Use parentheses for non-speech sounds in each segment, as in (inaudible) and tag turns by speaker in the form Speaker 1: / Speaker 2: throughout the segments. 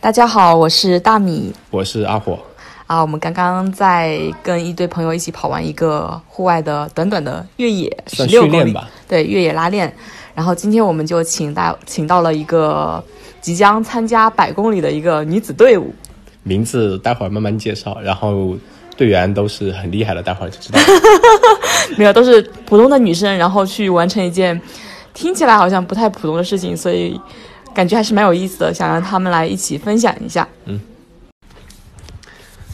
Speaker 1: 大家好，我是大米
Speaker 2: 我是阿火。
Speaker 1: 啊。我们刚刚在跟一堆朋友一起跑完一个户外的短短的越野，十
Speaker 2: 算
Speaker 1: 六
Speaker 2: 训
Speaker 1: 公里
Speaker 2: 练，吧，
Speaker 1: 对越野拉练。然后今天我们就请大请到了一个即将参加百公里的一个女子队伍，
Speaker 2: 名字待会儿慢慢介绍。然后队员都是很厉害的，待会儿就知道。 (laughs)
Speaker 1: 没有都是普通的女生，然后去完成一件听起来好像不太普通的事情，所以感觉还是蛮有意思的，想让他们来一起分享一下。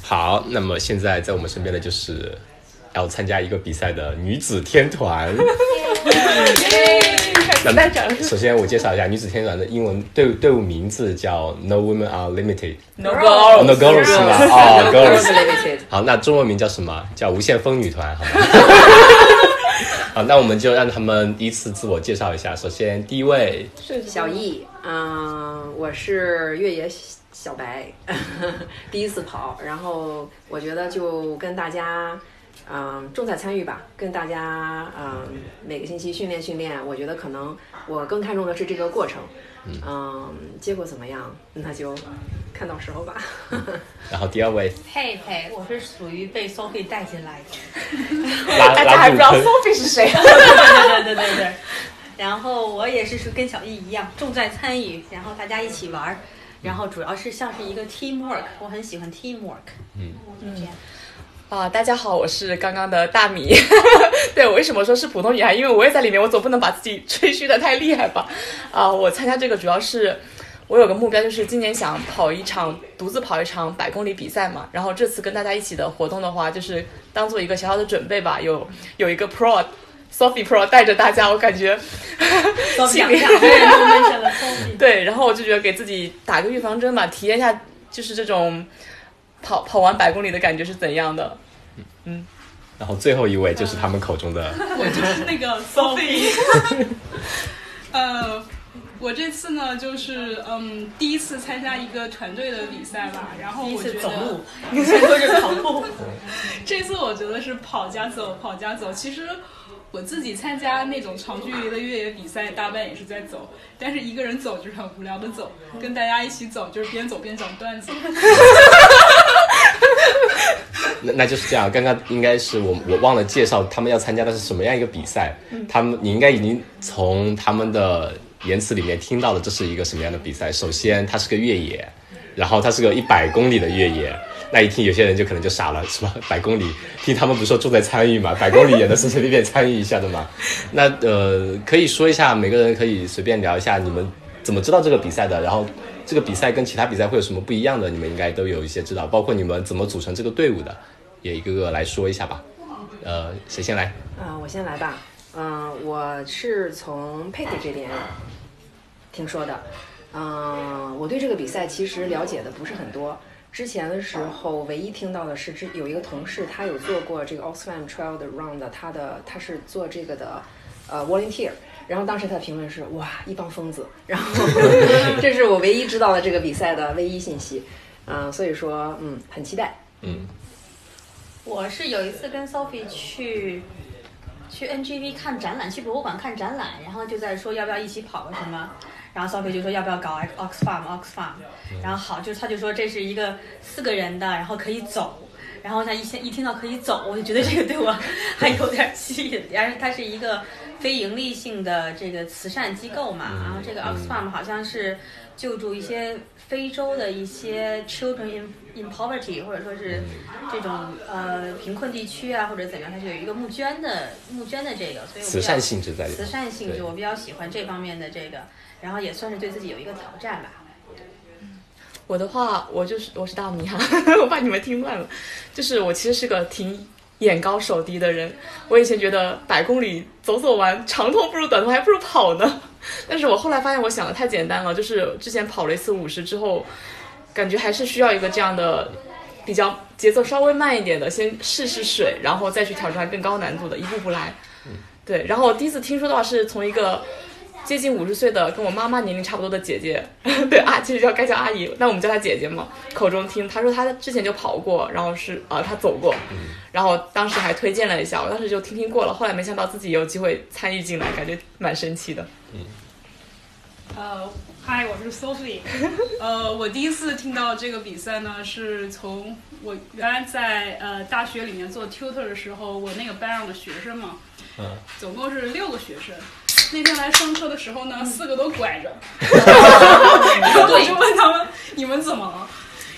Speaker 2: 好，那么现在在我们身边的就是要参加一个比赛的女子天 (laughs) 团。那么，首先我介绍一下女子天团的英文队伍队伍名字叫 No Women Are Limited。
Speaker 1: No
Speaker 2: Oh, no girls 是吗？ (laughs) 哦
Speaker 3: Girls
Speaker 2: ，girls。
Speaker 3: Limited
Speaker 2: (laughs) 好，那中文名叫什么？叫无限风女团，好 (laughs) 吗？好，那我们就让他们依次自我介绍一下。首先，第一位
Speaker 3: 小易，嗯、我是越野小小白， (laughs) 第一次跑，然后我觉得就跟大家。嗯，重在参与吧，跟大家嗯每个星期训练训练。我觉得可能我更看重的是这个过程，嗯，结果怎么样，那就看到时候吧。 (laughs)
Speaker 2: 然后第二位
Speaker 4: 佩佩，我是属于被 Sophie 带进来的，
Speaker 2: (laughs) 拉拉入坑，
Speaker 1: Sophie 是谁。
Speaker 4: 对对对对对。然后我也是是跟小易一样，重在参与，然后大家一起玩儿，然后主要是像是一个 teamwork，我很喜欢 teamwork。
Speaker 2: 嗯
Speaker 4: 这样，
Speaker 1: 啊，大家好，我是刚刚的大米。 (laughs) 对我为什么说是普通女啊孩？因为我也在里面，我总不能把自己吹嘘的太厉害吧？啊，我参加这个主要是我有个目标，就是今年想跑一场独自跑一场百公里比赛嘛。然后这次跟大家一起的活动的话，就是当做一个小小的准备吧。有有一个 Pro Sophie Pro 带着大家，我感觉 (laughs)
Speaker 4: 都
Speaker 1: 心
Speaker 4: 想
Speaker 1: 里
Speaker 4: 想， (laughs) 对，都闷上了
Speaker 1: (laughs)
Speaker 4: Sophie。
Speaker 1: 对，然后我就觉得给自己打个预防针吧，体验一下就是这种跑跑完百公里的感觉是怎样的。
Speaker 2: 然后最后一位就是他们口中的
Speaker 5: 我就是那个 Sophie。呃，我这次呢，就是嗯，第一次参加一个团队的比赛吧。然后
Speaker 4: 第一
Speaker 5: 我觉
Speaker 4: 次
Speaker 5: 得
Speaker 4: 走路，以前都是跑步。
Speaker 5: 这次我觉得是跑加走，跑加走。其实我自己参加那种长距离的越野比赛，大半也是在走，但是一个人走就是很无聊的走，跟大家一起走就是边走边讲段子。
Speaker 2: 那那就是这样。刚刚应该是我我忘了介绍他们要参加的是什么样一个比赛。他们你应该已经从他们的言辞里面听到了这是一个什么样的比赛。首先，它是个越野，然后它是个一百公里的越野。那一听有些人就可能就傻了，是吧？百公里，听他们不是说重在参与嘛，百公里也能随随便便参与一下的嘛。那呃，可以说一下，每个人可以随便聊一下你们怎么知道这个比赛的，然后这个比赛跟其他比赛会有什么不一样的？你们应该都有一些知道，包括你们怎么组成这个队伍的，也一个个来说一下吧。呃，谁先来？
Speaker 3: 啊、我先来吧。嗯、我是从佩佩这边听说的。嗯、我对这个比赛其实了解的不是很多。之前的时候，唯一听到的是之有一个同事，他有做过这个 Oxfam Trail 的 Round，的他的他是做这个的呃 volunteer。然后当时他的评论是哇，一帮疯子。然后这是我唯一知道的这个比赛的唯一信息。嗯、所以说嗯，很期待。
Speaker 2: 嗯，
Speaker 4: 我是有一次跟 Sophie 去去 NGV 看展览，去博物馆看展览，然后就在说要不要一起跑个什么，然后 Sophie 就说要不要搞 Oxfam Oxfam，然后好，就是他就说这是一个四个人的，然后可以走。然后呢，一先一听到可以走，我就觉得这个对我还有点吸引。然后它是一个非盈利性的这个慈善机构嘛，然后这个 Oxfam 好像是救助一些非洲的一些 children in in poverty，或者说是这种呃贫困地区啊，或者怎样，它是有一个募捐的募捐的这个，所以我比较
Speaker 2: 慈善性质在里面。
Speaker 4: 慈善性质，
Speaker 2: 对
Speaker 4: 我比较喜欢这方面的这个，然后也算是对自己有一个挑战吧。
Speaker 1: 我的话，我就是我是大米哈， (laughs) 我怕你们听乱了。就是我其实是个挺眼高手低的人，我以前觉得百公里走走完，长痛不如短痛，还不如跑呢。 (laughs) 但是我后来发现，我想的太简单了。就是之前跑了一次五十之后，感觉还是需要一个这样的比较节奏稍微慢一点的，先试试水，然后再去挑战更高难度的，一步步来。对，然后我第一次听说的话是从一个接近五十岁的跟我妈妈年龄差不多的姐姐， (laughs) 对啊，其实叫该叫阿姨，那我们叫她姐姐嘛。口中听她说她之前就跑过，然后是啊、呃、她走过，
Speaker 2: 嗯
Speaker 1: 然后当时还推荐了一下，我当时就 (laughs) 听听过了，后来没想到自己有机会参与进来，感觉蛮神奇的。
Speaker 5: 呃，嗨，我是 Sophie。呃，我第一次听到这个比赛呢，是从我原来在呃大学里面做 tutor 的时候，我那个班上的学生嘛，
Speaker 2: 嗯，
Speaker 5: 总共是六个学生。那天来上课的时候呢，四个都拐着，然后我就问他们你们怎么了，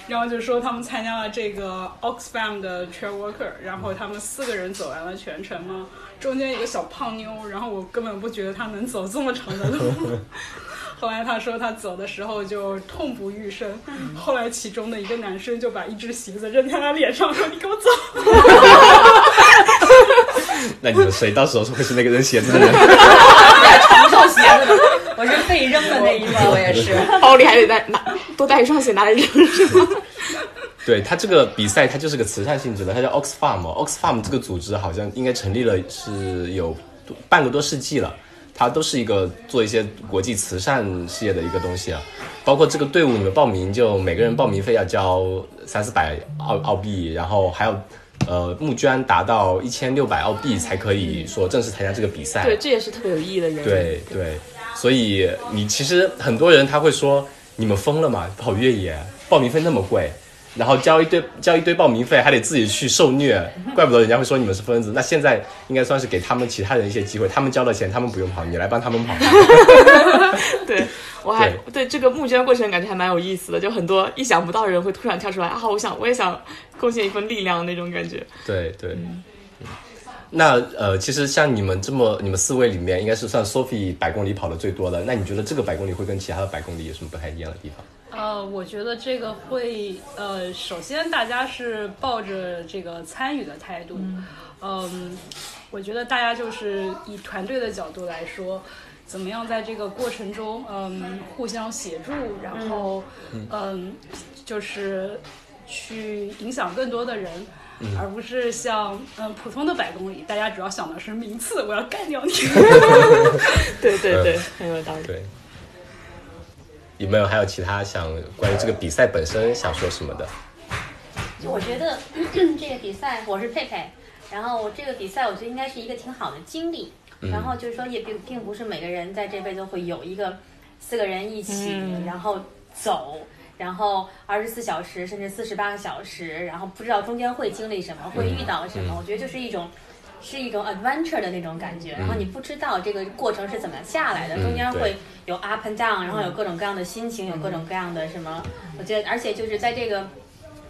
Speaker 5: 然后就说他们参加了这个 Oxfam 的 Trail Walker，然后他们四个人走完了全程嘛，中间有个小胖妞，然后我根本不觉得她能走这么长的路。 (laughs) 后来他说他走的时候就痛不欲生，后来其中的一个男生就把一只鞋子扔在他脸上，说：“你给我走。”
Speaker 2: 那你们谁到时候会是那个扔鞋子的人？
Speaker 4: 承受鞋子的，我是被扔的那一个。
Speaker 3: 我也是，
Speaker 1: 包里还得带拿多带一双鞋拿来扔，
Speaker 2: 对他这个比赛，它就是个慈善性质的，它叫 Oxfam 哦。Oxfam 这个组织好像应该成立了是有多半个多世纪了，它都是一个做一些国际慈善事业的一个东西啊。包括这个队伍，你们报名就每个人报名费要交三四百澳澳币，然后还有呃募捐达到一千六百澳币才可以说正式参加这个比赛。
Speaker 1: 对，这也是特别有意义的人。， (laughs)
Speaker 2: 对对，所以你其实很多人他会说，你们疯了嘛，跑越野，报名费那么贵，然后交一堆交一堆报名费，还得自己去受虐，怪不得人家会说你们是疯子。那现在应该算是给他们其他人一些机会，他们交了钱，他们不用跑，你来帮他们跑。
Speaker 1: 对我还对这个募捐过程感觉还蛮有意思的，就很多意想不到的人会突然跳出来啊，我想我也想贡献一份力量那种感觉。
Speaker 2: (laughs) 对对。嗯那呃，其实像你们这么，你们四位里面应该是算 Sophie 百公里跑的最多的。那你觉得这个百公里会跟其他的百公里有什么不太一样的地方？
Speaker 5: 呃，我觉得这个会，呃，首先大家是抱着这个参与的态度，嗯、我觉得大家就是以团队的角度来说，怎么样在这个过程中，嗯，互相协助，然后，嗯，就是去影响更多的人。而不是像嗯普通的百公里，大家主要想的是名次，我要干掉你。
Speaker 1: 对对对
Speaker 2: 嗯，
Speaker 1: 很有道 (laughs) 理。
Speaker 2: 对，有没有还有其他想关于这个比赛本身想说什么的？
Speaker 4: 就我觉得 (clears throat) 这个比赛，我是佩佩，然后我这个比赛，我觉得应该是一个挺好的经历。
Speaker 2: 嗯
Speaker 4: 然后就是说，也并并不是每个人在这辈子会有一个四个人一起，
Speaker 1: 嗯
Speaker 4: 然后走，然后二十四小时甚至四十八个小时，然后不知道中间会经历什么，会遇到什么。
Speaker 2: 嗯
Speaker 4: 我觉得就是一种。是一种 adventure 的那种感觉，然后你不知道这个过程是怎么下来的，
Speaker 2: 嗯
Speaker 4: 中间
Speaker 2: 对嗯
Speaker 4: 会有 up and down，然后有各种各样的心情，有各种各样的什么。我觉得，而且就是在这个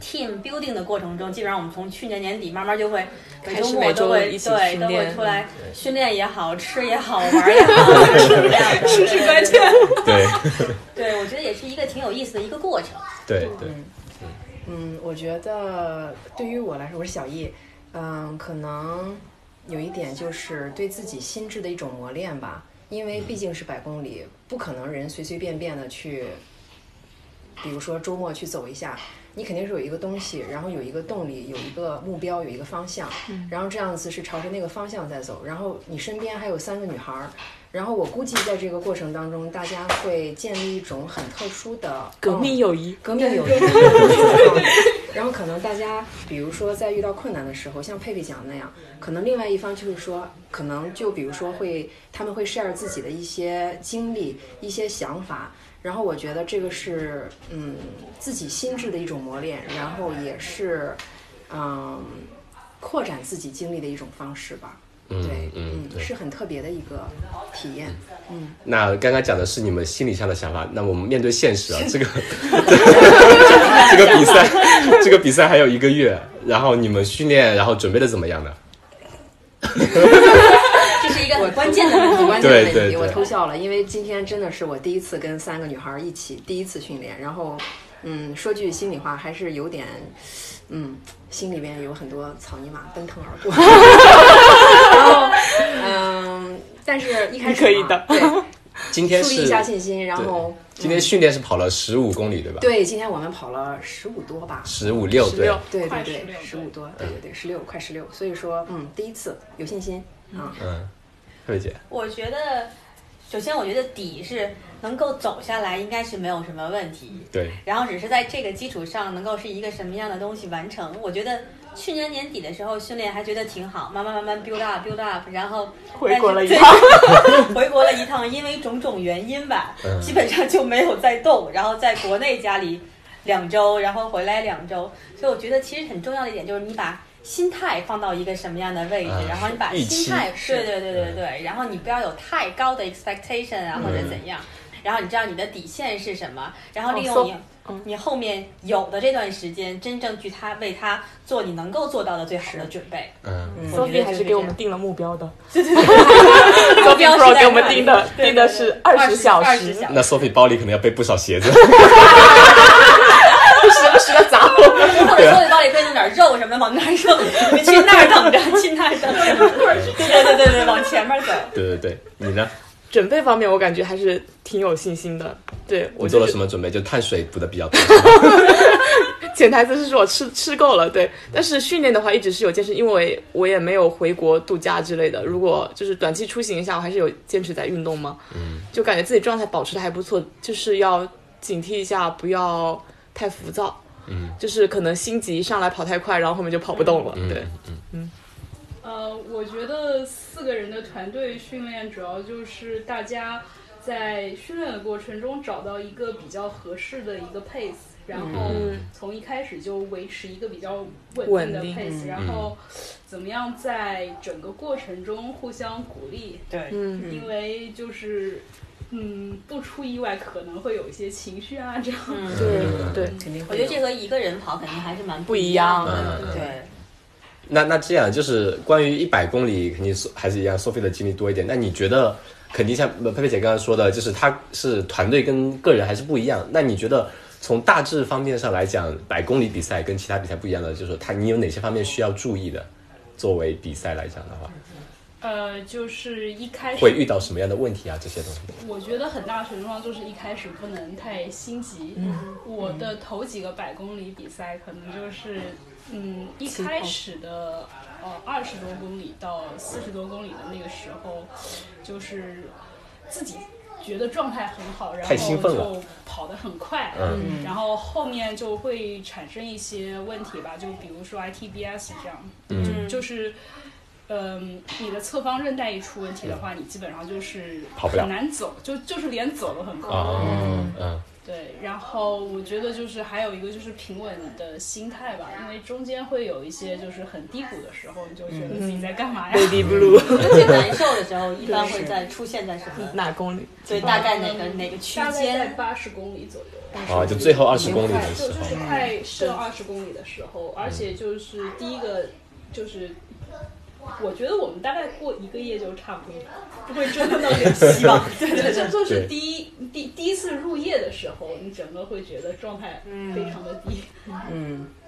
Speaker 4: team building 的过程中，基本上我们从去年年底慢慢就会每周
Speaker 1: 开
Speaker 4: 末都
Speaker 1: 始每周
Speaker 4: 会
Speaker 1: 一起
Speaker 4: 对
Speaker 1: 训
Speaker 4: 都
Speaker 1: 练嗯
Speaker 4: 会出来训练也好，吃也好，玩儿也
Speaker 1: (laughs)
Speaker 4: 好，就是这样的
Speaker 5: 是是关键。
Speaker 2: 对
Speaker 4: 对，我觉得也是一个挺有意思的一个过程。
Speaker 2: (laughs) 对对，
Speaker 3: 嗯，我觉得对于我来说，我是小易，嗯，可能有一点就是对自己心智的一种磨练吧，因为毕竟是百公里，不可能人随随便便的去，比如说周末去走一下，你肯定是有一个东西，然后有一个动力，有一个目标，有一个方向，
Speaker 1: 嗯
Speaker 3: 然后这样子是朝着那个方向在走，然后你身边还有三个女孩儿。然后我估计在这个过程当中，大家会建立一种很特殊的
Speaker 1: 革命友谊，
Speaker 3: 革命友谊。然后可能大家，比如说在遇到困难的时候，像佩佩讲的那样，可能另外一方就是说，可能就比如说会，他们会 share 自己的一些经历、一些想法。然后我觉得这个是，嗯，自己心智的一种磨练，然后也是，嗯，扩展自己经历的一种方式吧。对
Speaker 2: 嗯，嗯
Speaker 3: 嗯，
Speaker 2: 对。
Speaker 3: 是很特别的一个体验。
Speaker 2: 那刚刚讲的是你们心理上的想法，那我们面对现实啊，这个这个比赛，这个比赛还有一个月，然后你们训练，然后准备的怎么样呢？
Speaker 4: 这是一个很关键的问题。
Speaker 3: 很关键的问
Speaker 2: 对对
Speaker 3: 题，
Speaker 2: 对
Speaker 3: 我偷笑了，因为今天真的是我第一次跟三个女孩儿一起第一次训练，然后，嗯，说句心里话，还是有点，嗯，心里边有很多草泥马奔腾而过， (laughs) 然后，嗯，但是一
Speaker 1: 你
Speaker 3: 开始
Speaker 1: 可以
Speaker 3: 嘛
Speaker 1: 的
Speaker 3: 对，
Speaker 1: (laughs)
Speaker 2: 今天
Speaker 3: 树立
Speaker 2: 是
Speaker 3: 一下信心，然后，
Speaker 2: 今天训练是跑了十五公里，对吧？，
Speaker 3: 对，今天我们跑了十五多吧，
Speaker 2: 十五六，对
Speaker 1: 16，
Speaker 3: 对对
Speaker 5: 快
Speaker 3: 对，
Speaker 5: 16
Speaker 3: 十五多，对对对，十六快十六，所以说，嗯，第一次有信心啊，
Speaker 2: 嗯，慧姐，
Speaker 4: 我觉得，首先我觉得底是能够走下来，应该是没有什么问题。
Speaker 2: 对，
Speaker 4: 然后只是在这个基础上能够是一个什么样的东西完成，我觉得去年年底的时候训练还觉得挺好，慢慢慢慢 build up build up，然后
Speaker 1: 回国了一
Speaker 4: 但是
Speaker 1: 趟，
Speaker 4: 对 (laughs) 回国了一趟，因为种种原因吧，基本上就没有再动。然后在国内家里两周，然后回来两周，所以我觉得其实很重要的一点就是你把心态放到一个什么样的位置，
Speaker 2: 啊
Speaker 4: 然后你把
Speaker 2: 预期
Speaker 4: 心态
Speaker 2: 是
Speaker 4: 对对对对对，然后你不要有太高的 expectation 啊或者怎样。然后你知道你的底线是什么，然后利用你、
Speaker 1: 嗯
Speaker 4: 你后面有的这段时间，真正去他为他做你能够做到的最好的准备。
Speaker 2: 嗯，
Speaker 4: 我
Speaker 1: Sophie
Speaker 4: 觉得就
Speaker 1: 还
Speaker 4: 是
Speaker 1: 是
Speaker 4: 这
Speaker 1: 给我们
Speaker 4: 样
Speaker 1: 定了目标
Speaker 4: (laughs)
Speaker 1: 的
Speaker 4: 目
Speaker 1: (laughs) ，Sophie
Speaker 4: 标是
Speaker 1: Pro
Speaker 4: 在
Speaker 1: 给我们
Speaker 4: 那里
Speaker 1: 定的
Speaker 4: 对
Speaker 1: 定的是二十小
Speaker 4: 二
Speaker 1: 时
Speaker 4: 十，
Speaker 1: (laughs)
Speaker 4: 小
Speaker 2: 那 Sophie 包里可能要背不少鞋子，
Speaker 1: 时不时的砸我。
Speaker 4: 或者说你包里备弄点肉什么的，往那儿扔，你去那儿等着，去那儿等
Speaker 1: (laughs)
Speaker 4: 着。对对对对对，往前面走。
Speaker 2: 对对对，你呢？
Speaker 1: (laughs) 准备方面，我感觉还是挺有信心的。对我
Speaker 2: 你
Speaker 1: 就
Speaker 2: 做了
Speaker 1: 是
Speaker 2: 什么准备？就碳水补的比较多，
Speaker 1: 潜台词是说我吃吃够了，对。但是训练的话一直是有坚持，因为我也没有回国度假之类的。如果就是短期出行一下，我还是有坚持在运动嘛。嗯，就感觉自己状态保持的还不错，就是要警惕一下，不要太浮躁。嗯，就是可能心急上来跑太快，然后后面就跑不动了。
Speaker 2: 嗯
Speaker 1: 对，
Speaker 5: 呃，我觉得四个人的团队训练主要就是大家在训练的过程中找到一个比较合适的一个 pace，然后
Speaker 2: 嗯
Speaker 1: 嗯
Speaker 5: 从一开始就维持一个比较稳定
Speaker 1: 稳
Speaker 5: 的
Speaker 1: 定
Speaker 5: pace，然后怎么样在整个过程中互相鼓励，
Speaker 4: 对，
Speaker 1: 嗯
Speaker 5: 因为就是嗯，不出意外可能会有一些情绪啊这样。
Speaker 2: 嗯
Speaker 1: 对对，
Speaker 3: 嗯肯
Speaker 4: (laughs)
Speaker 3: 定
Speaker 4: 我
Speaker 3: 会
Speaker 4: 觉
Speaker 3: 有。
Speaker 4: 得这和一个人跑肯定还是蛮
Speaker 1: 不一
Speaker 4: 一
Speaker 1: 样。
Speaker 4: 的。
Speaker 2: 嗯嗯
Speaker 4: 对，
Speaker 2: 那那这样就是关于一百公里，肯定是还是一样，Sophie 的经历多一点。那你觉得，肯定像呃佩佩姐刚刚说的，就是她是团队跟个人还是不一样。那你觉得从大致方面上来讲，百公里比赛跟其他比赛不一样的，就是它你有哪些方面需要注意的？作为比赛来讲的话，
Speaker 5: 呃，就是一开始
Speaker 2: 会遇到什么样的问题啊？这些东西？
Speaker 5: 我觉得很大程度上就是一开始不能太心急。
Speaker 2: 嗯
Speaker 5: 我的头几个百公里比赛，可能就是嗯一开始的呃二十多公里到四十多公里的那个时候，就是自己觉得状态很好，然后
Speaker 2: 太兴奋了
Speaker 5: 就跑得很快，
Speaker 2: 嗯
Speaker 5: 然后后面就会产生一些问题吧，就比如说 ITBS 这样，
Speaker 2: 嗯
Speaker 5: 就就是。嗯，你的侧方韧带一出问题的话，你基本上就是
Speaker 2: 跑不了
Speaker 5: 很难走，就就是连走都很困难。
Speaker 2: 啊，嗯
Speaker 5: 对，然后我觉得就是还有一个就是平稳的心态吧，因为中间会有一些就是很低谷的时候，你就觉得自己在
Speaker 2: 嗯
Speaker 5: 干嘛呀？ (laughs)
Speaker 1: Baby Blue
Speaker 4: 最难受的时候一般会在出现在什么？
Speaker 1: 哪公里？
Speaker 4: 对，大概哪个哪个区
Speaker 5: 大概在
Speaker 4: 间？
Speaker 5: 八十公里左右。
Speaker 2: 啊，就最后二十公里嗯的时
Speaker 5: 就就是
Speaker 2: 候，
Speaker 5: 快剩二十公里的时候，而且就是第一个就是，我觉得我们大概过一个月就差不多，不会真的到点希望。对对对，就是第一第第一次入夜的时候，你整个会觉得状态非常的低。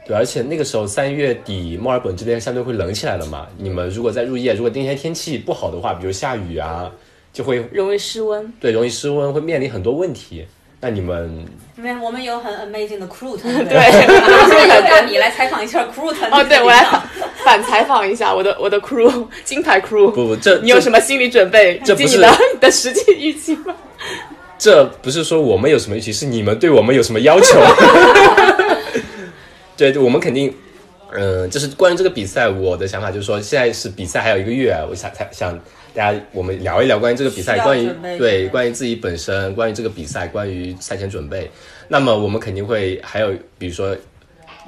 Speaker 2: 对，而且那个时候三月底，墨尔本这边相对会冷起来了嘛。你们如果在入夜，如果那天天气不好的话，比如下雨啊，就会
Speaker 1: 容易失 (laughs) 温。
Speaker 2: 对容易失温，会面临很多问题。那你们
Speaker 4: 因为我们有很 amazing 的 crew 团队。
Speaker 1: (laughs) 对，
Speaker 4: 我现在有让你来采访一下 crew 团队。
Speaker 1: 哦， (laughs) 对我来反反采访一下我的我的 crew 金牌 crew。
Speaker 2: 不不，这
Speaker 1: 你有
Speaker 2: 这
Speaker 1: 什么心理准备？
Speaker 2: 这
Speaker 1: 以及
Speaker 2: 不是
Speaker 1: 你的 (laughs) 你的实际预期吗？
Speaker 2: 这不是说我们有什么预期，是你们对我们有什么要求。 (laughs) 对，我们肯定，嗯、就是关于这个比赛，我的想法就是说，现在是比赛还有一个月，我想才想大家我们聊一聊关于这个比赛，
Speaker 4: 需要
Speaker 2: 关于
Speaker 4: 准备
Speaker 2: 对
Speaker 4: 对
Speaker 2: 关于自己本身，关于这个比赛，关于赛前准备。那么我们肯定会还有，比如说。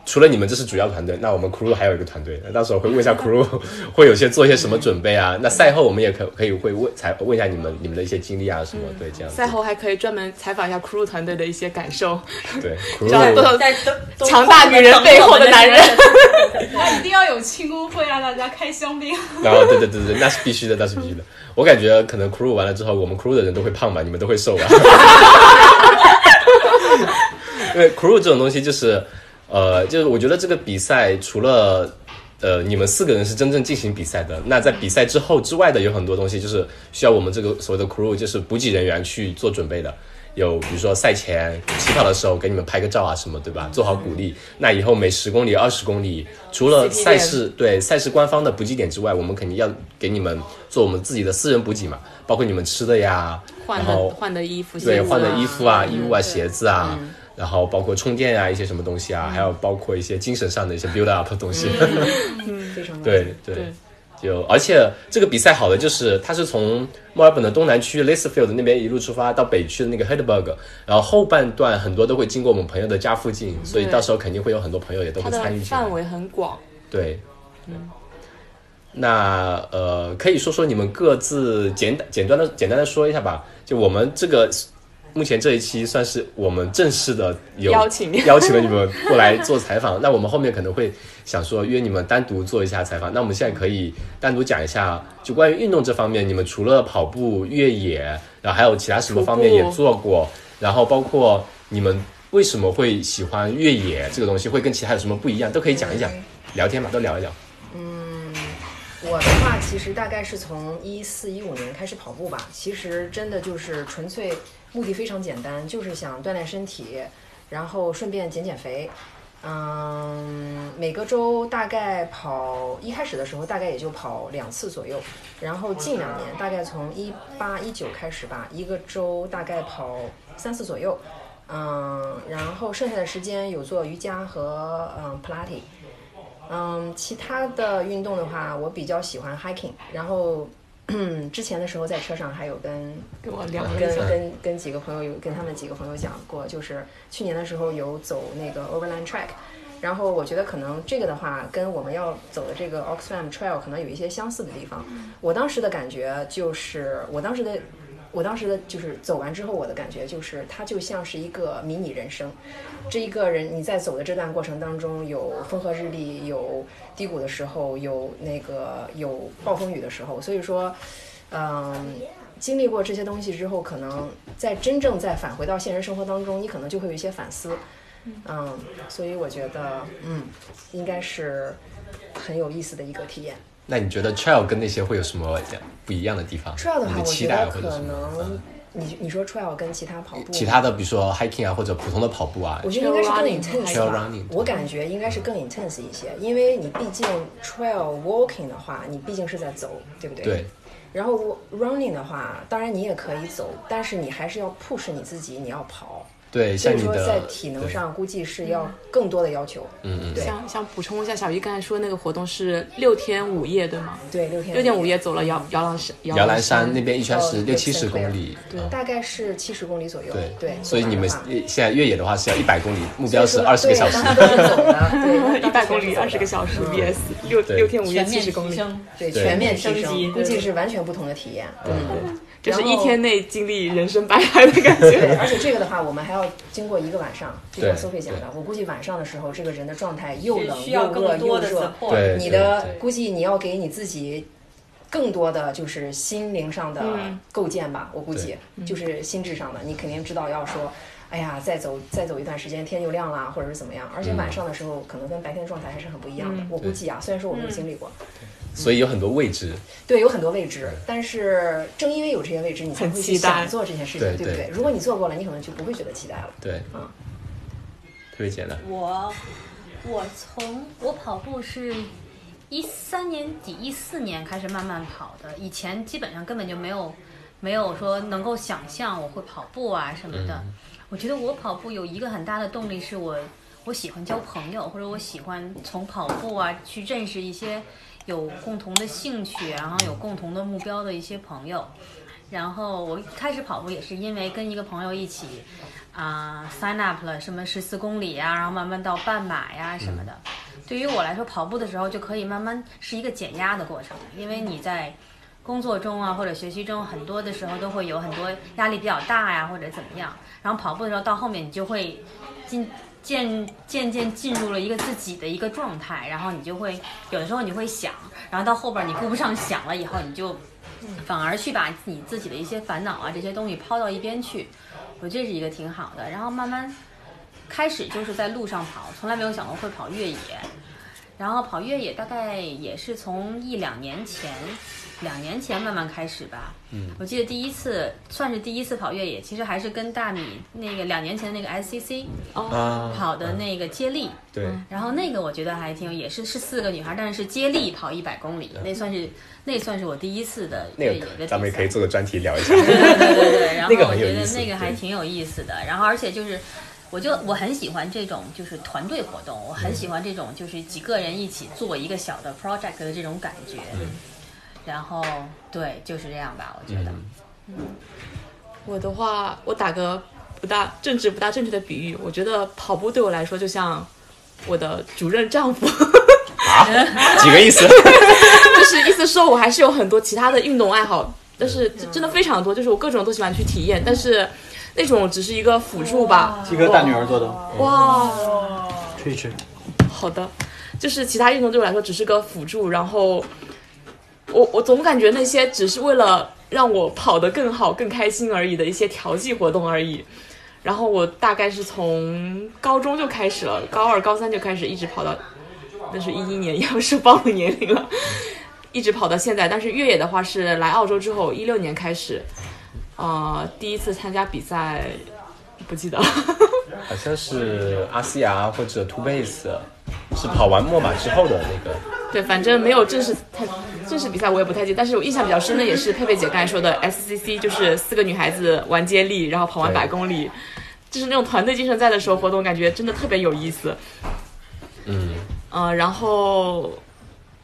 Speaker 2: 除了你们这是主要团队，那我们 crew 还有一个团队，那到时候会问
Speaker 4: (laughs)
Speaker 2: 一下 crew 会有些做一些什么准备啊？那赛后我们也可可以会问，采问一下你们你们的一些经历啊什么，对这样子。
Speaker 1: 赛后还可以专门采访一下 crew 团队的一些感受，
Speaker 2: 对，
Speaker 1: 知道多
Speaker 2: crew
Speaker 1: 少
Speaker 4: (laughs) 在东东
Speaker 1: 强大女人背后的男人。
Speaker 5: 那一定要有庆功会啊，大家开香槟。
Speaker 2: (laughs) 然后对对对对，那是必须的，那是必须的。我感觉可能 crew 完了之后，我们 crew 的人都会胖吧，你们都会瘦吧。 (laughs) 因为 crew 这种东西就是，呃，就是我觉得这个比赛除了呃你们四个人是真正进行比赛的，那在比赛之后之外的有很多东西就是需要我们这个所谓的 crew 就是补给人员去做准备的。有比如说赛前起跑的时候给你们拍个照啊什么，对吧？做好鼓励。那以后每十公里、二十公里，除了
Speaker 1: CP
Speaker 2: 赛事对赛事官方的补给点之外，我们肯定要给你们做我们自己的私人补给嘛，包括你们吃的呀，
Speaker 1: 换
Speaker 2: 然
Speaker 1: 的
Speaker 2: 后
Speaker 1: 换的衣服，
Speaker 2: 对，
Speaker 1: 鞋子
Speaker 2: 换的
Speaker 1: 啊嗯
Speaker 2: 衣服啊、衣物啊、鞋子啊，然后包括充电啊，一些什么东西啊，还有包括一些精神上的一些 build up 的东西。
Speaker 1: 嗯
Speaker 2: (laughs)
Speaker 3: 非常关
Speaker 2: 对
Speaker 3: 键。
Speaker 2: 对
Speaker 1: 对，
Speaker 2: 就而且这个比赛好的就是，它是从墨尔本的东南区 l e s f i e l d 那边一路出发到北区的那个 Hedberg，然后后半段很多都会经过我们朋友的家附近，所以
Speaker 1: 对
Speaker 2: 到时候肯定会有很多朋友也都
Speaker 1: 它
Speaker 2: 会
Speaker 1: 的
Speaker 2: 参与进来
Speaker 1: 范。围很广。
Speaker 2: 对，对
Speaker 1: 嗯
Speaker 2: 那呃，可以说说你们各自简单简单的简单的说一下吧。就我们这个目前这一期算是我们正式的有
Speaker 1: 邀请
Speaker 2: 邀请了你们过来做采访。那我们后面可能会想说约你们单独做一下采访。那我们现在可以单独讲一下，就关于运动这方面，你们除了跑步、越野，然后还有其他什么方面
Speaker 1: 徒
Speaker 2: 也
Speaker 1: 步
Speaker 2: 做过，然后包括你们为什么会喜欢越野这个东西，会跟其他有什么不一样，都可以讲一讲，聊天嘛，都聊一聊。
Speaker 3: 我的话，其实大概是从一四一五年开始跑步吧。其实真的就是纯粹目的非常简单，就是想锻炼身体，然后顺便减减肥。嗯，每个周大概跑，一开始的时候大概也就跑两次左右，然后近两年大概从一八一九开始吧，一个周大概跑三次左右。嗯，然后剩下的时间有做瑜伽和嗯普拉提。嗯，其他的运动的话，我比较喜欢 hiking，然后嗯之前的时候在车上还有跟
Speaker 1: 给我聊了一
Speaker 3: 跟
Speaker 1: 下，
Speaker 3: 跟跟几个朋友有跟他们几个朋友讲过，就是去年的时候有走那个 Overland Track，然后我觉得可能这个的话跟我们要走的这个 Oxfam Trail 可能有一些相似的地方。我当时的感觉就是，我当时的我当时的就是走完之后，我的感觉就是它就像是一个迷你人生。这一个人你在走的这段过程当中，有风和日丽，有低谷的时候，有那个有暴风雨的时候，所以说，嗯。经历过这些东西之后，可能在真正再返回到现实生活当中，你可能就会有一些反思。嗯，所以我觉得，嗯，应该是很有意思的一个体验。
Speaker 2: 那你觉得 trail 跟那些会有什么不一样的地方？
Speaker 3: trail 的话，
Speaker 2: 你
Speaker 3: 我
Speaker 2: 期
Speaker 3: 觉
Speaker 2: 待
Speaker 3: 得
Speaker 2: 或
Speaker 3: 可
Speaker 2: 者什么？
Speaker 3: 能
Speaker 2: 嗯
Speaker 3: 你你说 trail 跟其他跑步，
Speaker 2: 其他的，比如说 hiking 啊，或者普通的跑步啊
Speaker 3: 我，觉得应该是
Speaker 1: Trail
Speaker 3: 更
Speaker 1: running
Speaker 3: intense
Speaker 2: Trail
Speaker 3: 吧
Speaker 2: running，。
Speaker 3: 我感觉应该是更 intense 一些，因为你毕竟 trail walking 的话，你毕竟是在走，对不对？
Speaker 2: 对，
Speaker 3: 然后 running 的话，当然你也可以走，但是你还是要 push 你自己，你要跑。
Speaker 2: 对，
Speaker 3: 所
Speaker 2: 像
Speaker 3: 以
Speaker 2: 你
Speaker 3: 说
Speaker 2: 的
Speaker 3: 在体能，上估计是要更多的要求。嗯嗯，对
Speaker 1: 想想补充一下，小鱼刚才说那个活动是六天五夜，对吗？
Speaker 3: 对，六天
Speaker 1: 六天五夜走了摇摇篮山，
Speaker 2: 对
Speaker 1: 摇
Speaker 2: 摇
Speaker 1: 篮
Speaker 2: 篮
Speaker 1: 山
Speaker 2: 山那边一圈是
Speaker 3: 哦
Speaker 2: 六
Speaker 3: 对
Speaker 2: 七十
Speaker 3: ，Sinclair
Speaker 2: 公里，嗯
Speaker 3: 大概是七十公里左右。
Speaker 2: 对
Speaker 3: 对，
Speaker 2: 所以你们
Speaker 3: 走完的话
Speaker 2: 现在越野的话是要一百公里，目标是
Speaker 3: 所以说
Speaker 2: 二十个小时
Speaker 3: 对。当时都是走
Speaker 2: (laughs)
Speaker 3: 的，
Speaker 1: (laughs)
Speaker 3: 对，
Speaker 1: 一百公里二十个
Speaker 3: 时，
Speaker 1: 小时 VS 六
Speaker 2: 对
Speaker 1: 六天五夜
Speaker 4: 全
Speaker 1: 七
Speaker 4: 面
Speaker 1: 十公
Speaker 4: 提
Speaker 1: 里，
Speaker 4: 升，
Speaker 3: 嗯对，
Speaker 2: 对
Speaker 3: 全面提
Speaker 4: 升级
Speaker 3: 升，
Speaker 4: 对
Speaker 3: 估计是完全不同的体验。
Speaker 2: 嗯对
Speaker 1: 就是
Speaker 3: 然
Speaker 1: 一
Speaker 3: 后
Speaker 1: 天内经历人生百态的感觉。
Speaker 3: 对，而且这个的话，我们还要经过一个晚上，就像
Speaker 2: 对
Speaker 3: Sophie 讲的，我估计晚上的时候，这个人的状态又
Speaker 4: 是
Speaker 3: 冷
Speaker 4: 需
Speaker 3: 又
Speaker 4: 要
Speaker 3: 饿
Speaker 4: 更
Speaker 3: 又
Speaker 4: 多的
Speaker 3: 热，
Speaker 4: support。
Speaker 2: 对
Speaker 3: 你的
Speaker 2: 对
Speaker 3: 估计你要给你自己更多的就是心灵上的
Speaker 1: 嗯
Speaker 3: 构建吧，我估计就是心智上的，你肯定知道要说。哎呀，再走再走一段时间，天就亮啦，或者是怎么样？而且晚上的时候，可能跟白天状态还是很不一
Speaker 1: 嗯
Speaker 3: 样的。我估计啊，虽然说我没有经历过，
Speaker 2: 所以有很多未知。
Speaker 3: 对，有很多未知，但是正因为有这些未知，你才
Speaker 1: 很
Speaker 3: 会去
Speaker 1: 期待
Speaker 3: 想做这件事情，
Speaker 2: 对
Speaker 3: 对不
Speaker 2: 对
Speaker 3: 对？如果你做过了，你可能就不会觉得期待了。
Speaker 2: 对，
Speaker 3: 嗯
Speaker 2: 特别简单。
Speaker 4: 我我从我跑步是一三年底一四年开始慢慢跑的，以前基本上根本就没有没有说能够想象我会跑步啊什么的。我觉得我跑步有一个很大的动力是我我喜欢交朋友，或者我喜欢从跑步啊去认识一些有共同的兴趣，然后有共同的目标的一些朋友。然后我开始跑步也是因为跟一个朋友一起，啊、s i g n up 了什么十四公里啊呀、然后慢慢到半马呀、什么的。对于我来说，跑步的时候就可以慢慢是一个减压的过程，因为你在工作中啊或者学习中，很多的时候都会有很多压力比较大呀、或者怎么样。然后跑步的时候到后面你就会进。渐渐渐进入了一个自己的一个状态，然后你就会有的时候你会想，然后到后边你顾不上想了以后，你就反而去把你自己的一些烦恼啊这些东西抛到一边去，我觉得这是一个挺好的。然后慢慢开始就是在路上跑，从来没有想过会跑越野。然后跑越野大概也是从一两年前，两年前慢慢开始吧。嗯，我记得第一次算是第一次跑越野，其实还是跟大米那个两年前的那个 SCC
Speaker 2: 啊，
Speaker 4: 跑的嗯那个接力。
Speaker 2: 对，
Speaker 4: 然后那个我觉得还挺有，也是是四个女孩，但是是接力跑一百公里，那算是那算是我第一次的
Speaker 2: 那
Speaker 4: 越野的
Speaker 2: 个
Speaker 4: 比
Speaker 2: 咱们也
Speaker 4: 赛
Speaker 2: 可以做个专题聊一下。
Speaker 4: (laughs) 对对对，然后
Speaker 2: 那个
Speaker 4: 我
Speaker 2: 很有
Speaker 4: 觉
Speaker 2: 意
Speaker 4: 得
Speaker 2: 思
Speaker 4: 那个还
Speaker 2: 对
Speaker 4: 挺有意思的。然后而且就是我就我很喜欢这种就是团队活动，我很喜欢这种就是几个人一起做一个小的 project 的这种感觉。
Speaker 2: 嗯
Speaker 4: 然后对，就是这样吧，我觉得。
Speaker 2: 嗯
Speaker 1: (laughs) 我的话，我打个不大政治不大正确的比喻，我觉得跑步对我来说就像我的主任丈夫，
Speaker 2: 几个意思？
Speaker 1: 就是意思说我还是有很多其他的运动爱好，但是真的非常多，就是我各种都喜欢去体验，但是那种只是一个辅助吧。
Speaker 6: 鸡哥大女儿做的，
Speaker 1: 哇，
Speaker 6: 吃一吃。
Speaker 1: 好的，就是其他运动对我来说只是个辅助，然后我我总感觉那些只是为了让我跑得更好、更开心而已的一些调剂活动而已。然后我大概是从高中就开始了，高二、高三就开始一直跑到，那是一一年，要是暴露年龄了，一直跑到现在。但是越野的话是来澳洲之后，一六年开始，呃，第一次参加比赛，不记得了。 (laughs)
Speaker 2: 好像是阿西亚或者 Two Base，是跑完墨马之后的那个。
Speaker 1: 对，反正没有正式参正式比赛，我也不太记得。但是我印象比较深的也是佩佩姐刚才说的 SCC，就是四个女孩子玩接力，然后跑完
Speaker 2: 对
Speaker 1: 百公里，就是那种团队精神在的时候活动，感觉真的特别有意思。
Speaker 2: 嗯，
Speaker 1: 呃，然后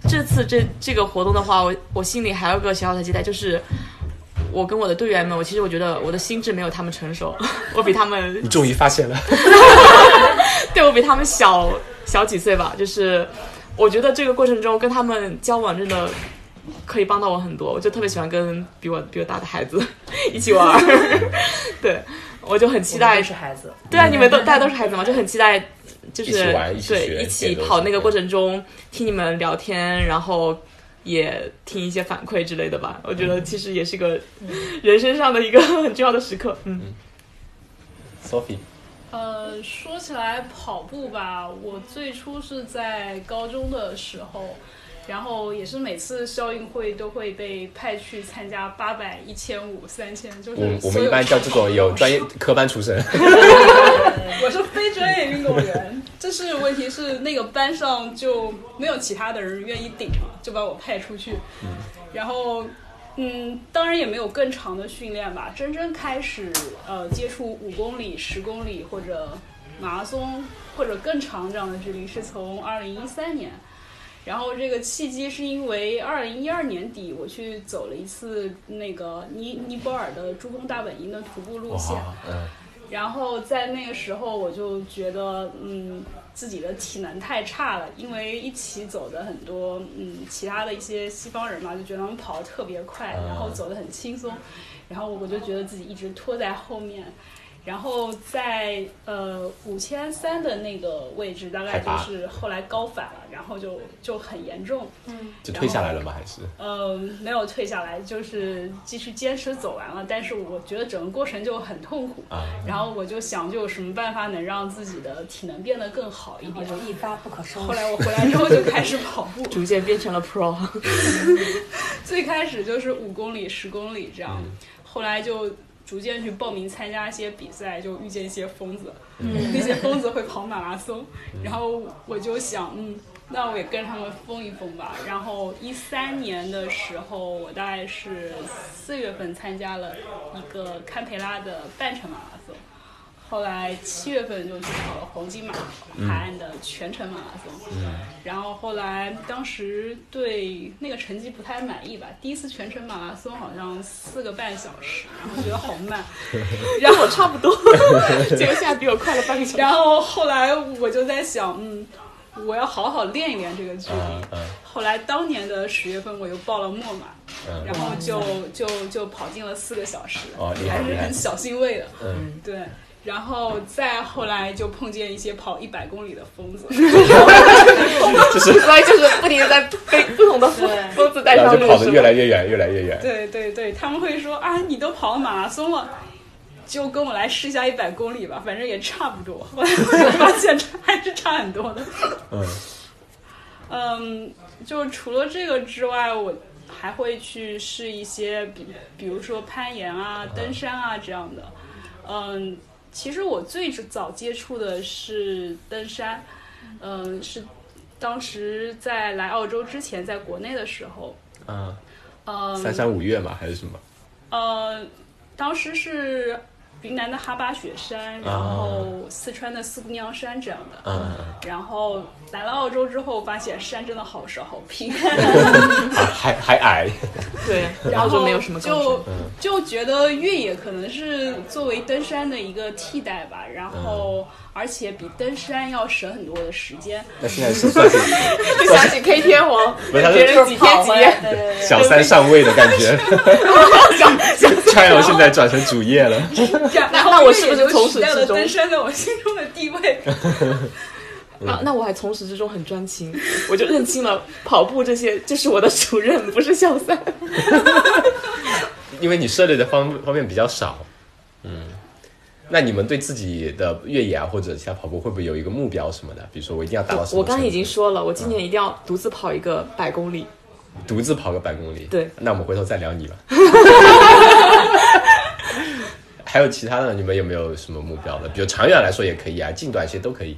Speaker 1: 这次这这个活动的话，我我心里还有个小小的期待，就是我跟我的队员们，我其实我觉得我的心智没有他们成熟， (laughs) 我比他们
Speaker 3: (laughs)
Speaker 2: 你终于发现了，
Speaker 1: 对我比他们小小几岁吧，就是我觉得这个过程中跟他们交往真的可以帮到我很多，我就特别喜欢跟比我比我大的孩子 (laughs) 一起玩儿， (laughs) 对，我就很期
Speaker 3: 我们
Speaker 1: 待
Speaker 3: 都，是孩子，
Speaker 1: 对啊，你们都大家都是孩子嘛，就很期待，就是
Speaker 2: 一起玩一起学
Speaker 1: 对一
Speaker 2: 这
Speaker 1: 起
Speaker 2: 些东
Speaker 1: 跑
Speaker 2: 西
Speaker 1: 那个过程中听你们聊天，然后。也听一些反馈之类的吧，我觉得其实也是个人生上的一个很重要的时刻。嗯，
Speaker 2: Sophie。
Speaker 5: 呃，说起来跑步吧，我最初是在高中的时候，然后也是每次校运会都会被派去参加八百、一千五、三千，就是
Speaker 2: 我我
Speaker 5: 所
Speaker 2: 们一般叫这种有专业科班出身，
Speaker 5: 我是非专业运动员，就是问题是那个班上就没有其他的人愿意顶嘛，就把我派出去。然后，嗯，当然也没有更长的训练吧。真正开始呃接触五公里、十公里或者马拉松或者更长这样的距离，是从二零一三年。然后这个契机是因为二零一二年底我去走了一次那个尼尼泊尔的珠峰大本营的徒步路线，
Speaker 2: 哇，嗯，
Speaker 5: 然后在那个时候，我就觉得，嗯，自己的体能太差了，因为一起走的很多，嗯，其他的一些西方人嘛，就觉得他们跑得特别快，
Speaker 2: 嗯
Speaker 5: 然后走得很轻松，然后我就觉得自己一直拖在后面。然后在呃五千三的那个位置，大概
Speaker 2: 海
Speaker 5: 就
Speaker 2: 拔
Speaker 5: 是后来高反了，然后就就很严重，
Speaker 2: 就退下来了吗？还是
Speaker 5: 呃，没有退下来，就是继续坚持走完了。但是我觉得整个过程就很痛苦，
Speaker 2: 啊？
Speaker 5: 然后我就想，就有什么办法能让自己的体能变得更好一
Speaker 4: 我
Speaker 5: 点。
Speaker 4: 就一发不可收
Speaker 5: 后
Speaker 4: 拾。
Speaker 5: 来我回来之后就开始跑步，
Speaker 1: 逐渐变成了 pro，
Speaker 5: 最开始就是五公里、十公里这样，后来就逐渐去报名参加一些比赛，就遇见一些疯子，那些疯子会跑马拉松，然后我就想，嗯，那我也跟他们疯一疯吧。然后一三年的时候，我大概是四月份参加了一个堪培拉的半程马拉松。后来七月份就去跑了黄金马海岸的全程马拉松，然后后来当时对那个成绩不太满意吧，第一次全程马拉松好像四个半小时，然后觉得好慢，
Speaker 1: 然后我差不多， (laughs) 结果现在比我快了半个小时。
Speaker 5: 然后后来我就在想，嗯，我要好好练一练这个距离
Speaker 2: 嗯。嗯
Speaker 5: 后来当年的十月份我又报了墨马，
Speaker 2: 嗯，
Speaker 5: 然后就就就跑进了四个小时，
Speaker 2: 哦厉害
Speaker 5: 还是
Speaker 2: 厉害
Speaker 5: 很小欣慰的。
Speaker 2: 嗯，
Speaker 5: 对。然后再后来就碰见一些跑一百公里的疯子，
Speaker 1: 所以就是不停的在被不同的疯疯子带
Speaker 2: 然
Speaker 1: 上
Speaker 2: 后
Speaker 1: 路，
Speaker 2: 就跑得
Speaker 1: 是
Speaker 2: 越
Speaker 1: 吧
Speaker 2: 来越远，越来越远。
Speaker 5: 对对对，他们会说啊，你都跑马拉松了，就跟我来试一下一百公里吧，反正也差不多。后来我发现差还是差很多的。
Speaker 2: 嗯，
Speaker 5: (laughs) 嗯，就除了这个之外，我还会去试一些，比比如说攀岩啊、登山啊这样的。嗯，其实我最早接触的是登山，嗯，是当时在来澳洲之前，在国内的时候，
Speaker 2: 啊，
Speaker 5: 嗯，
Speaker 2: 三山五岳嘛，还是什么？
Speaker 5: 呃，当时是云南的哈巴雪山，然
Speaker 1: 啊
Speaker 5: 后四川的四姑娘山这样的。
Speaker 2: 嗯，
Speaker 5: 然后来了澳洲之后，发现山真的好少好平，
Speaker 2: 还还还矮，
Speaker 1: 对，然
Speaker 5: (laughs) 然
Speaker 1: 后
Speaker 5: 后
Speaker 1: 就没有什么高
Speaker 5: 就
Speaker 1: 山。
Speaker 2: 嗯
Speaker 5: 就觉得越野可能是作为登山的一个替代吧，然后
Speaker 1: 嗯
Speaker 5: 而且比登山要省很多的时
Speaker 1: (laughs)
Speaker 5: 间。
Speaker 2: (laughs) 那现在是算是
Speaker 1: 就想起 K 天 (laughs) 王，
Speaker 2: 不是他是
Speaker 1: 别人几天几夜，
Speaker 4: 对对对，
Speaker 2: 小三上位的感觉。川游现在转成主业了，
Speaker 1: 那那我是不是从始
Speaker 5: 然
Speaker 1: 至
Speaker 5: 后越野就取代了
Speaker 1: 终
Speaker 5: 登山在我心中的地位？
Speaker 1: 啊那那我还从始至终很专情，我就认清了跑步这些，这是我的主任，不是小三。
Speaker 2: 因为你涉猎的方方面比较少。嗯，那你们对自己的越野啊或者其他跑步会不会有一个目标什么的？比如说我一定要达到什么
Speaker 1: 啊我刚才已经
Speaker 2: 程
Speaker 1: 说了，我
Speaker 2: 嗯
Speaker 1: 今年一定要独自跑一个百公里。
Speaker 2: 度独自跑个百公里。
Speaker 1: 对
Speaker 2: 那我们回头再
Speaker 1: (laughs)
Speaker 2: 聊你吧。还有其他的，你们有没有什么目标的？比如长远来说也可以啊，近短些都可以。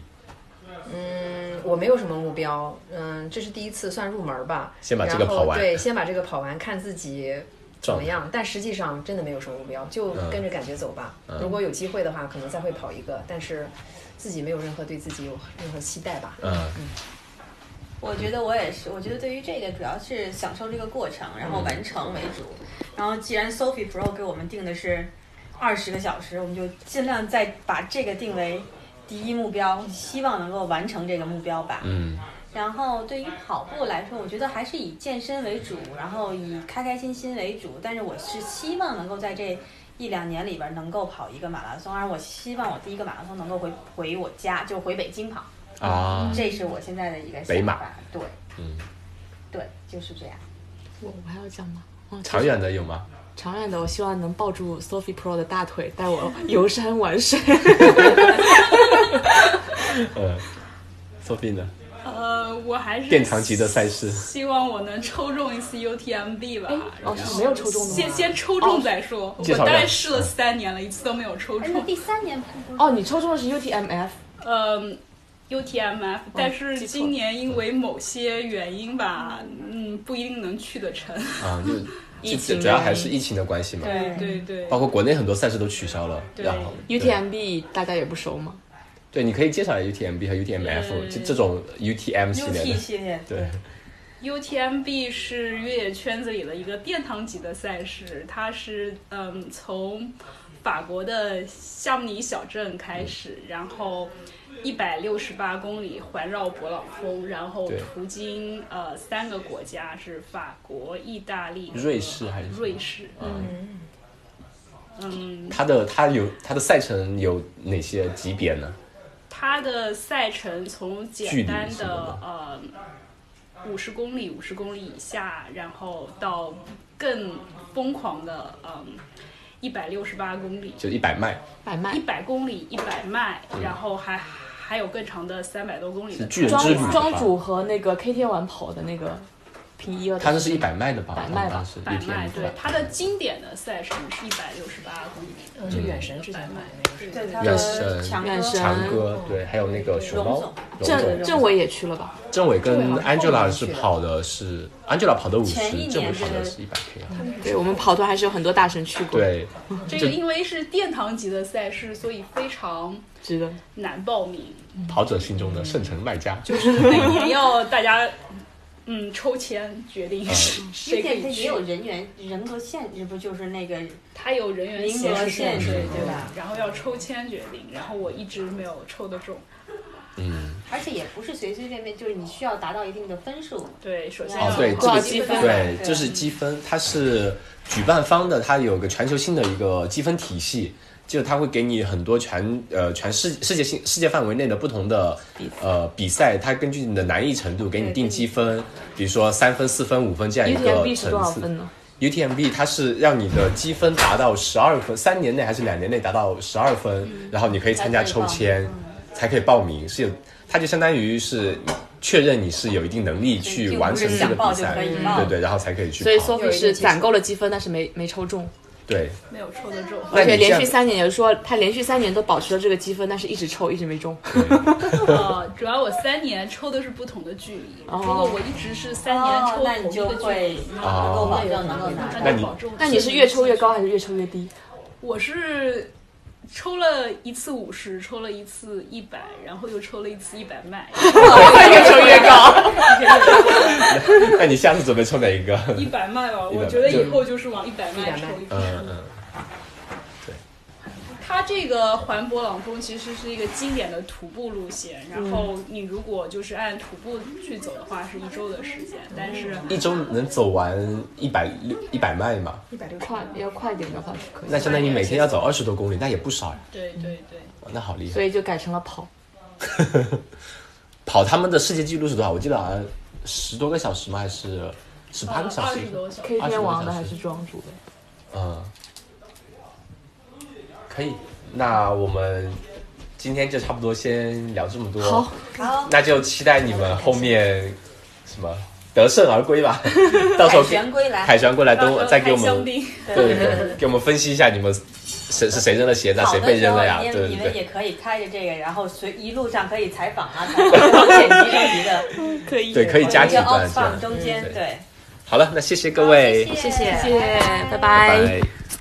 Speaker 3: 我没有什么目标，嗯，这是第一次算入门吧。
Speaker 2: 先把这个
Speaker 3: 然后
Speaker 2: 跑完
Speaker 3: 对，先把这个跑完，看自己怎么样。但实际上真的没有什么目标，就
Speaker 2: 嗯
Speaker 3: 跟着感觉走吧。如果有机会的话，可能再会跑一个，但是自己没有任何对自己有任何期待吧。
Speaker 2: 嗯，
Speaker 4: 我觉得我也是，我觉得对于这个主要是享受这个过程，然后完成为主。然后既然 Sophie Pro 给我们定的是二十个小时，我们就尽量再把这个定为第一目标，希望能够完成这个目标吧。
Speaker 2: 嗯，
Speaker 4: 然后对于跑步来说，我觉得还是以健身为主，然后以开开心心为主。但是我是希望能够在这一两年里边儿能够跑一个马拉松，而我希望我第一个马拉松能够回回我家，就回北京跑。
Speaker 2: 啊，
Speaker 4: 这是我现在的一个
Speaker 2: 北
Speaker 4: 想
Speaker 2: 马
Speaker 4: 法。对，
Speaker 2: 嗯，
Speaker 4: 对，就是这样。
Speaker 1: 我我还要讲吗？哦
Speaker 2: 长远的有吗？
Speaker 1: 长远的，我希望能抱住 Sophie Pro 的大腿，带我游山玩水。
Speaker 2: 嗯，Sophie 呢？
Speaker 5: 呃，我还是
Speaker 2: 殿堂级的赛事，
Speaker 5: 希望我能抽中一次 UTMB 吧。
Speaker 1: (laughs) 哦，是没有抽中的
Speaker 5: 先
Speaker 1: 吗？
Speaker 5: 先抽中再说，我
Speaker 2: 嗯哦介绍一下
Speaker 5: 大概试了三年了，一次都没有抽
Speaker 4: 哎，那
Speaker 5: 中。
Speaker 4: 第三年不
Speaker 1: 哦，你抽中的是 UTMF。
Speaker 5: 嗯，UTMF，但嗯是
Speaker 1: 记错
Speaker 5: 今年因为某些原因吧，嗯，不一定能去得成。
Speaker 2: 啊，就
Speaker 1: 疫
Speaker 2: 就
Speaker 1: 情
Speaker 2: 主要还
Speaker 1: 原
Speaker 2: 是
Speaker 1: 因
Speaker 2: 疫情的关系嘛。
Speaker 4: 对
Speaker 5: 对对，
Speaker 2: 包括国内很多赛事都取消了，
Speaker 5: 对
Speaker 2: 然后对
Speaker 1: UTMB 大家也不熟吗？
Speaker 2: 对，你可以介绍一下 UTMB 和 UTMF
Speaker 5: 嗯
Speaker 2: 这这种 UTM (laughs) 系列
Speaker 4: UT
Speaker 2: 的，
Speaker 4: 系列，
Speaker 2: 对，
Speaker 5: UTMB 是越野圈子里的一个殿堂级的赛事，它是嗯从法国的夏慕尼小镇开始，
Speaker 2: 嗯
Speaker 5: 然后一百六十八公里环绕勃朗峰，然后
Speaker 2: 对
Speaker 5: 途经呃三个国家是法国、意大利、
Speaker 2: 瑞士还是什么
Speaker 5: 瑞士，
Speaker 2: 嗯，
Speaker 5: 嗯，
Speaker 2: 它的它有它的赛程有哪些级别呢？
Speaker 5: 它的赛程从简单
Speaker 2: 距离什
Speaker 5: 的
Speaker 2: 么
Speaker 5: 呃五十公里、五十公里以下，然后到更疯狂的嗯一百六十八公里、
Speaker 2: 就一百迈，
Speaker 1: 百
Speaker 5: 一
Speaker 1: 迈。
Speaker 5: 百公里、一百迈，然后还还有更长的三百多公里
Speaker 2: 是
Speaker 5: 的。
Speaker 2: 巨人
Speaker 1: 庄
Speaker 2: 之旅的吧
Speaker 1: 庄主和那个 K 天玩跑的那个平一二的，
Speaker 2: 它这是一百迈的吧？
Speaker 1: 百迈吧
Speaker 2: 当时
Speaker 5: 百迈，
Speaker 2: UTMB
Speaker 5: 对，它的经典的赛程是一百六十八公里。
Speaker 3: 嗯，就远神之前跑的那个是。
Speaker 4: 对它
Speaker 2: 远
Speaker 4: 和
Speaker 2: 神
Speaker 4: 强
Speaker 1: 远
Speaker 4: 哥
Speaker 1: 神
Speaker 2: 长歌对，还有那个熊
Speaker 4: 荣
Speaker 2: 猫
Speaker 4: 总
Speaker 2: 荣
Speaker 1: 政
Speaker 2: 总，
Speaker 1: 政委也去了吧？
Speaker 2: 政委跟
Speaker 3: 好像后
Speaker 2: Angela
Speaker 3: 面
Speaker 2: 是
Speaker 3: 去了
Speaker 2: 跑的是 Angela 跑的五
Speaker 4: 前一
Speaker 2: 十，
Speaker 4: 年
Speaker 2: 政委跑的
Speaker 4: 是
Speaker 2: 是一百 K，
Speaker 1: 对我们跑团还是有很多大神去过，，
Speaker 2: 对，
Speaker 5: 这个因为是殿堂级的赛事，所以非常
Speaker 1: 值得。
Speaker 5: 难报名。
Speaker 2: 跑者心中的圣城卖家，
Speaker 5: 就是每年要大家嗯抽签决定
Speaker 2: 啊
Speaker 5: 谁谁
Speaker 4: 这
Speaker 5: 可
Speaker 4: 它
Speaker 5: 以
Speaker 4: 也
Speaker 5: 去
Speaker 4: 有，人员人格限制，不就是那个
Speaker 5: 他有人员
Speaker 4: 名额限制
Speaker 5: 对
Speaker 4: 对吧？
Speaker 5: 然后要抽签决定，然后我一直没有抽得中。
Speaker 2: 嗯，
Speaker 4: 而且也不是随随便便，就是你需要达到一定的分数。
Speaker 5: 对，首先
Speaker 2: 哦
Speaker 5: 要
Speaker 2: 对
Speaker 5: 考
Speaker 2: 这个
Speaker 5: 虑
Speaker 1: 积分
Speaker 2: 对，这是积分，它是举办方的，它有个全球性的一个积分体系，就它会给你很多全呃全世世界性世界范围内的不同的呃比赛，它根据你的难易程度给你定积分，比如说三分、四分、五分这样一个
Speaker 1: UTMB 是多
Speaker 2: 层
Speaker 1: 少
Speaker 2: 次。
Speaker 1: 分呢？
Speaker 2: UTMB 它是让你的积分达到十二分，三年内还是两年内达到十二分，
Speaker 4: 嗯
Speaker 2: 然后你可以参加抽签，才可以报名。是有，它就相当于是确认你是有一定能力去
Speaker 4: 并
Speaker 2: 完
Speaker 4: 不
Speaker 2: 成
Speaker 4: 是
Speaker 2: 这个
Speaker 4: 想报
Speaker 2: 比
Speaker 4: 就
Speaker 2: 赛，
Speaker 4: 可以
Speaker 2: 对
Speaker 4: 报
Speaker 2: 对对，然后才可以去
Speaker 1: 所以
Speaker 2: 跑。
Speaker 1: Sophie 是攒够了积分，但是没没抽中，
Speaker 2: 对， (laughs)
Speaker 5: 没有抽得中。
Speaker 2: 那
Speaker 1: 而且
Speaker 2: 你这
Speaker 1: 连
Speaker 2: 样
Speaker 1: 续三年，也就是说他连续三年都保持了这个积分，但是一直抽，一直没中。
Speaker 5: 呃，主要我三年抽的是不同的距离，
Speaker 1: 哦
Speaker 5: 如果我一直是三年
Speaker 4: 哦
Speaker 5: 抽，
Speaker 4: 那你
Speaker 5: 同一
Speaker 4: 就
Speaker 5: 个距
Speaker 4: 会
Speaker 5: 离，
Speaker 4: 能够保证能够拿
Speaker 5: 哦那
Speaker 4: 到。
Speaker 2: 那你
Speaker 5: 保证
Speaker 1: 那你是越抽越高还是越抽越低？
Speaker 5: 我是抽了一次五十，抽了一次一百，然后又抽了一次一百 (laughs) 迈，
Speaker 1: 越抽越高。
Speaker 2: 那你下次准备抽哪一个？
Speaker 5: 一百迈吧。
Speaker 2: 100
Speaker 5: 我觉得
Speaker 2: 就
Speaker 5: 以后就是往一百迈
Speaker 3: 100
Speaker 5: 抽一
Speaker 2: 嗯
Speaker 5: 抽。
Speaker 2: 嗯，
Speaker 5: 它这个环勃朗峰其实是一个经典的徒步路线，然后你如果就是按徒步去走的话，是一周的时间，但是
Speaker 2: 一周能走完一百六一百迈嘛？
Speaker 3: 一百六
Speaker 1: (laughs)
Speaker 3: 十
Speaker 1: 快，要快点的话是可以，
Speaker 2: 那相当于每天要走二十多公里，那也不少呀。
Speaker 5: 对对对，
Speaker 2: 哇那好厉
Speaker 1: 所
Speaker 2: 害！
Speaker 1: 以就改成了跑。
Speaker 2: 跑他们的世界纪录是多少？我记得好像十多个小时吗？还是十八个小
Speaker 5: 二
Speaker 2: 时
Speaker 5: 十？多小时。
Speaker 1: K 天王的还是庄主的？
Speaker 2: 嗯，可以。那我们今天就差不多先聊这么多。
Speaker 1: 好，
Speaker 4: 好，
Speaker 2: 那就期待你们后面什么得胜而归吧。 (laughs) 到时候
Speaker 4: 凯旋归来，呃
Speaker 2: 凯旋过来
Speaker 5: 到时
Speaker 2: 都
Speaker 5: 候
Speaker 2: 再给我
Speaker 5: 开
Speaker 2: 们
Speaker 5: 香槟
Speaker 2: 对对对，给我们分析一下你们谁是谁扔的鞋子啊，
Speaker 4: 跑
Speaker 2: 谁
Speaker 4: 的
Speaker 2: 被
Speaker 4: 时
Speaker 2: 扔
Speaker 4: 候
Speaker 2: 了呀？
Speaker 4: 你
Speaker 2: 对
Speaker 4: 们你
Speaker 2: 对
Speaker 4: 们
Speaker 2: 对，
Speaker 4: 也可以开着这个，然后随一路上可以采访啊，采
Speaker 2: (laughs)
Speaker 4: 访剪辑剪辑的，
Speaker 5: 可以
Speaker 2: 对可以加
Speaker 4: 一
Speaker 2: 紧
Speaker 4: 个
Speaker 2: 吧这
Speaker 4: Oxfam
Speaker 2: 样
Speaker 4: 中间
Speaker 2: 嗯对
Speaker 4: 对。
Speaker 2: 好了，那谢谢各位，
Speaker 4: 谢谢
Speaker 1: 谢谢，拜
Speaker 2: 拜拜。